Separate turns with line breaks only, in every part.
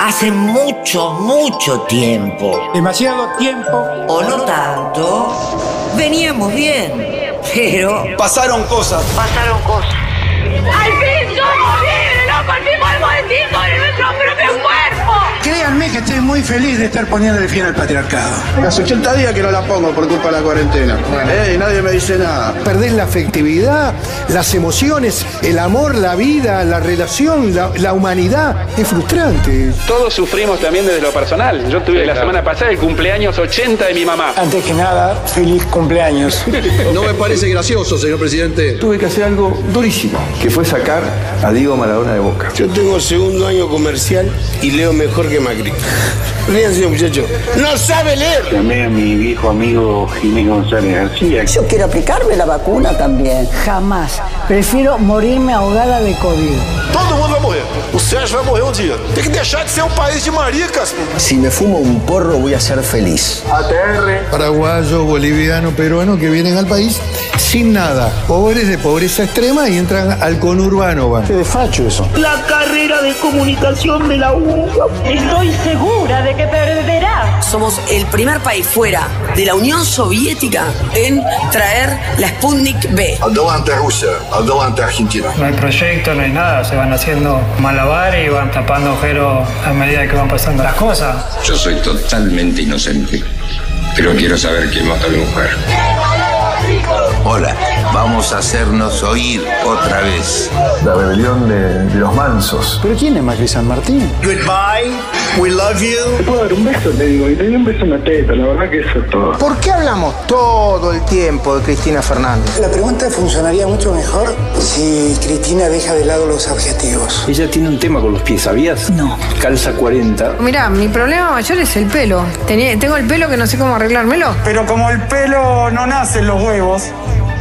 hace mucho, mucho tiempo.
Demasiado tiempo.
O no tanto. Veníamos bien, pero
Pasaron cosas.
pasaron cosas.
¡Al fin somos libres! ¡No partimos el maldito de nuestro propio cuerpo!
Créanme que estoy muy feliz de estar poniendo el fin al patriarcado.
Hace 80 días que no la pongo por culpa de la cuarentena. Eh, y nadie me dice nada.
Perdés la afectividad, las emociones, el amor, la vida, la relación, la, la humanidad. Es frustrante.
Todos sufrimos también desde lo personal. Yo tuve la semana pasada el cumpleaños 80 de mi mamá.
Antes que nada, feliz cumpleaños.
No me parece gracioso, señor presidente.
Tuve que hacer algo durísimo, que fue sacar a Diego Maradona de Boca.
Yo tengo segundo año comercial y leo mejor que Macri. Ríanse, muchachos. ¡No sabe leer!
Llamé a mi viejo amigo Jiménez González García.
Yo quiero aplicarme la vacuna también. Jamás. Prefiero morirme ahogada de COVID.
Todo mundo vai morrer. O Sérgio vai morrer um dia. Tem que deixar de ser um país de maricas.
Si me fumo un porro voy a ser feliz.
Paraguayo, boliviano, peruano que vienen al país sin nada. Pobres de pobreza extrema y entran al conurbano. Van.
La carrera de comunicación de la U. Estoy segura de que perderá.
Somos el primer país fuera de la Unión Soviética en traer la Sputnik B.
Adelante Rusia, adelante Argentina.
No hay proyecto, no hay nada. Se van haciendo malabares y van tapando agujeros a medida que van pasando las cosas.
Yo soy totalmente inocente, pero quiero saber quién mató a mi mujer.
Hola, vamos a hacernos oír otra vez.
La rebelión de, los mansos.
¿Pero quién es Macri San Martín?
Goodbye, we love you.
puedo dar un beso? Le digo, y le di un beso en la teta, la verdad que eso es todo.
¿Por qué hablamos todo el tiempo de Cristina Fernández?
La pregunta funcionaría mucho mejor si Cristina deja de lado los objetivos.
Ella tiene un tema con los pies, ¿sabías? No. Calza 40.
Mirá, mi problema mayor es el pelo. Tenía- tengo el pelo que no sé cómo arreglármelo.
Pero como el pelo no nace en los huevos,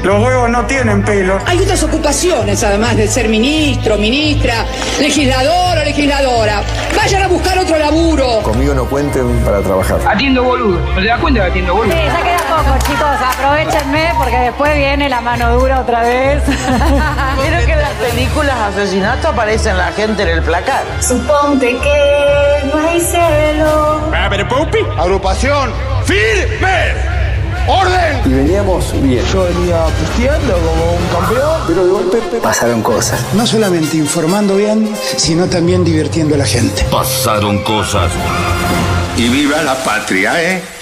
los huevos no tienen pelo.
Hay otras ocupaciones, además de ser ministro, ministra, legislador o legisladora. Vayan a buscar otro laburo.
Conmigo no cuenten para trabajar.
Atiendo boludo. ¿No te das cuenta que atiendo boludo?
ya queda poco, chicos. Aprovechenme porque después viene la mano dura otra vez.
Vieron que en las películas asesinato aparecen la gente en el placar.
Suponte que no hay cielo.
Agrupación, firme. Orden.
Y veníamos bien. Yo venía pisteando como un campeón, pero de golpe pasaron cosas.
No solamente informando bien, sino también divirtiendo a la gente.
Pasaron cosas. Y viva la patria, ¿eh?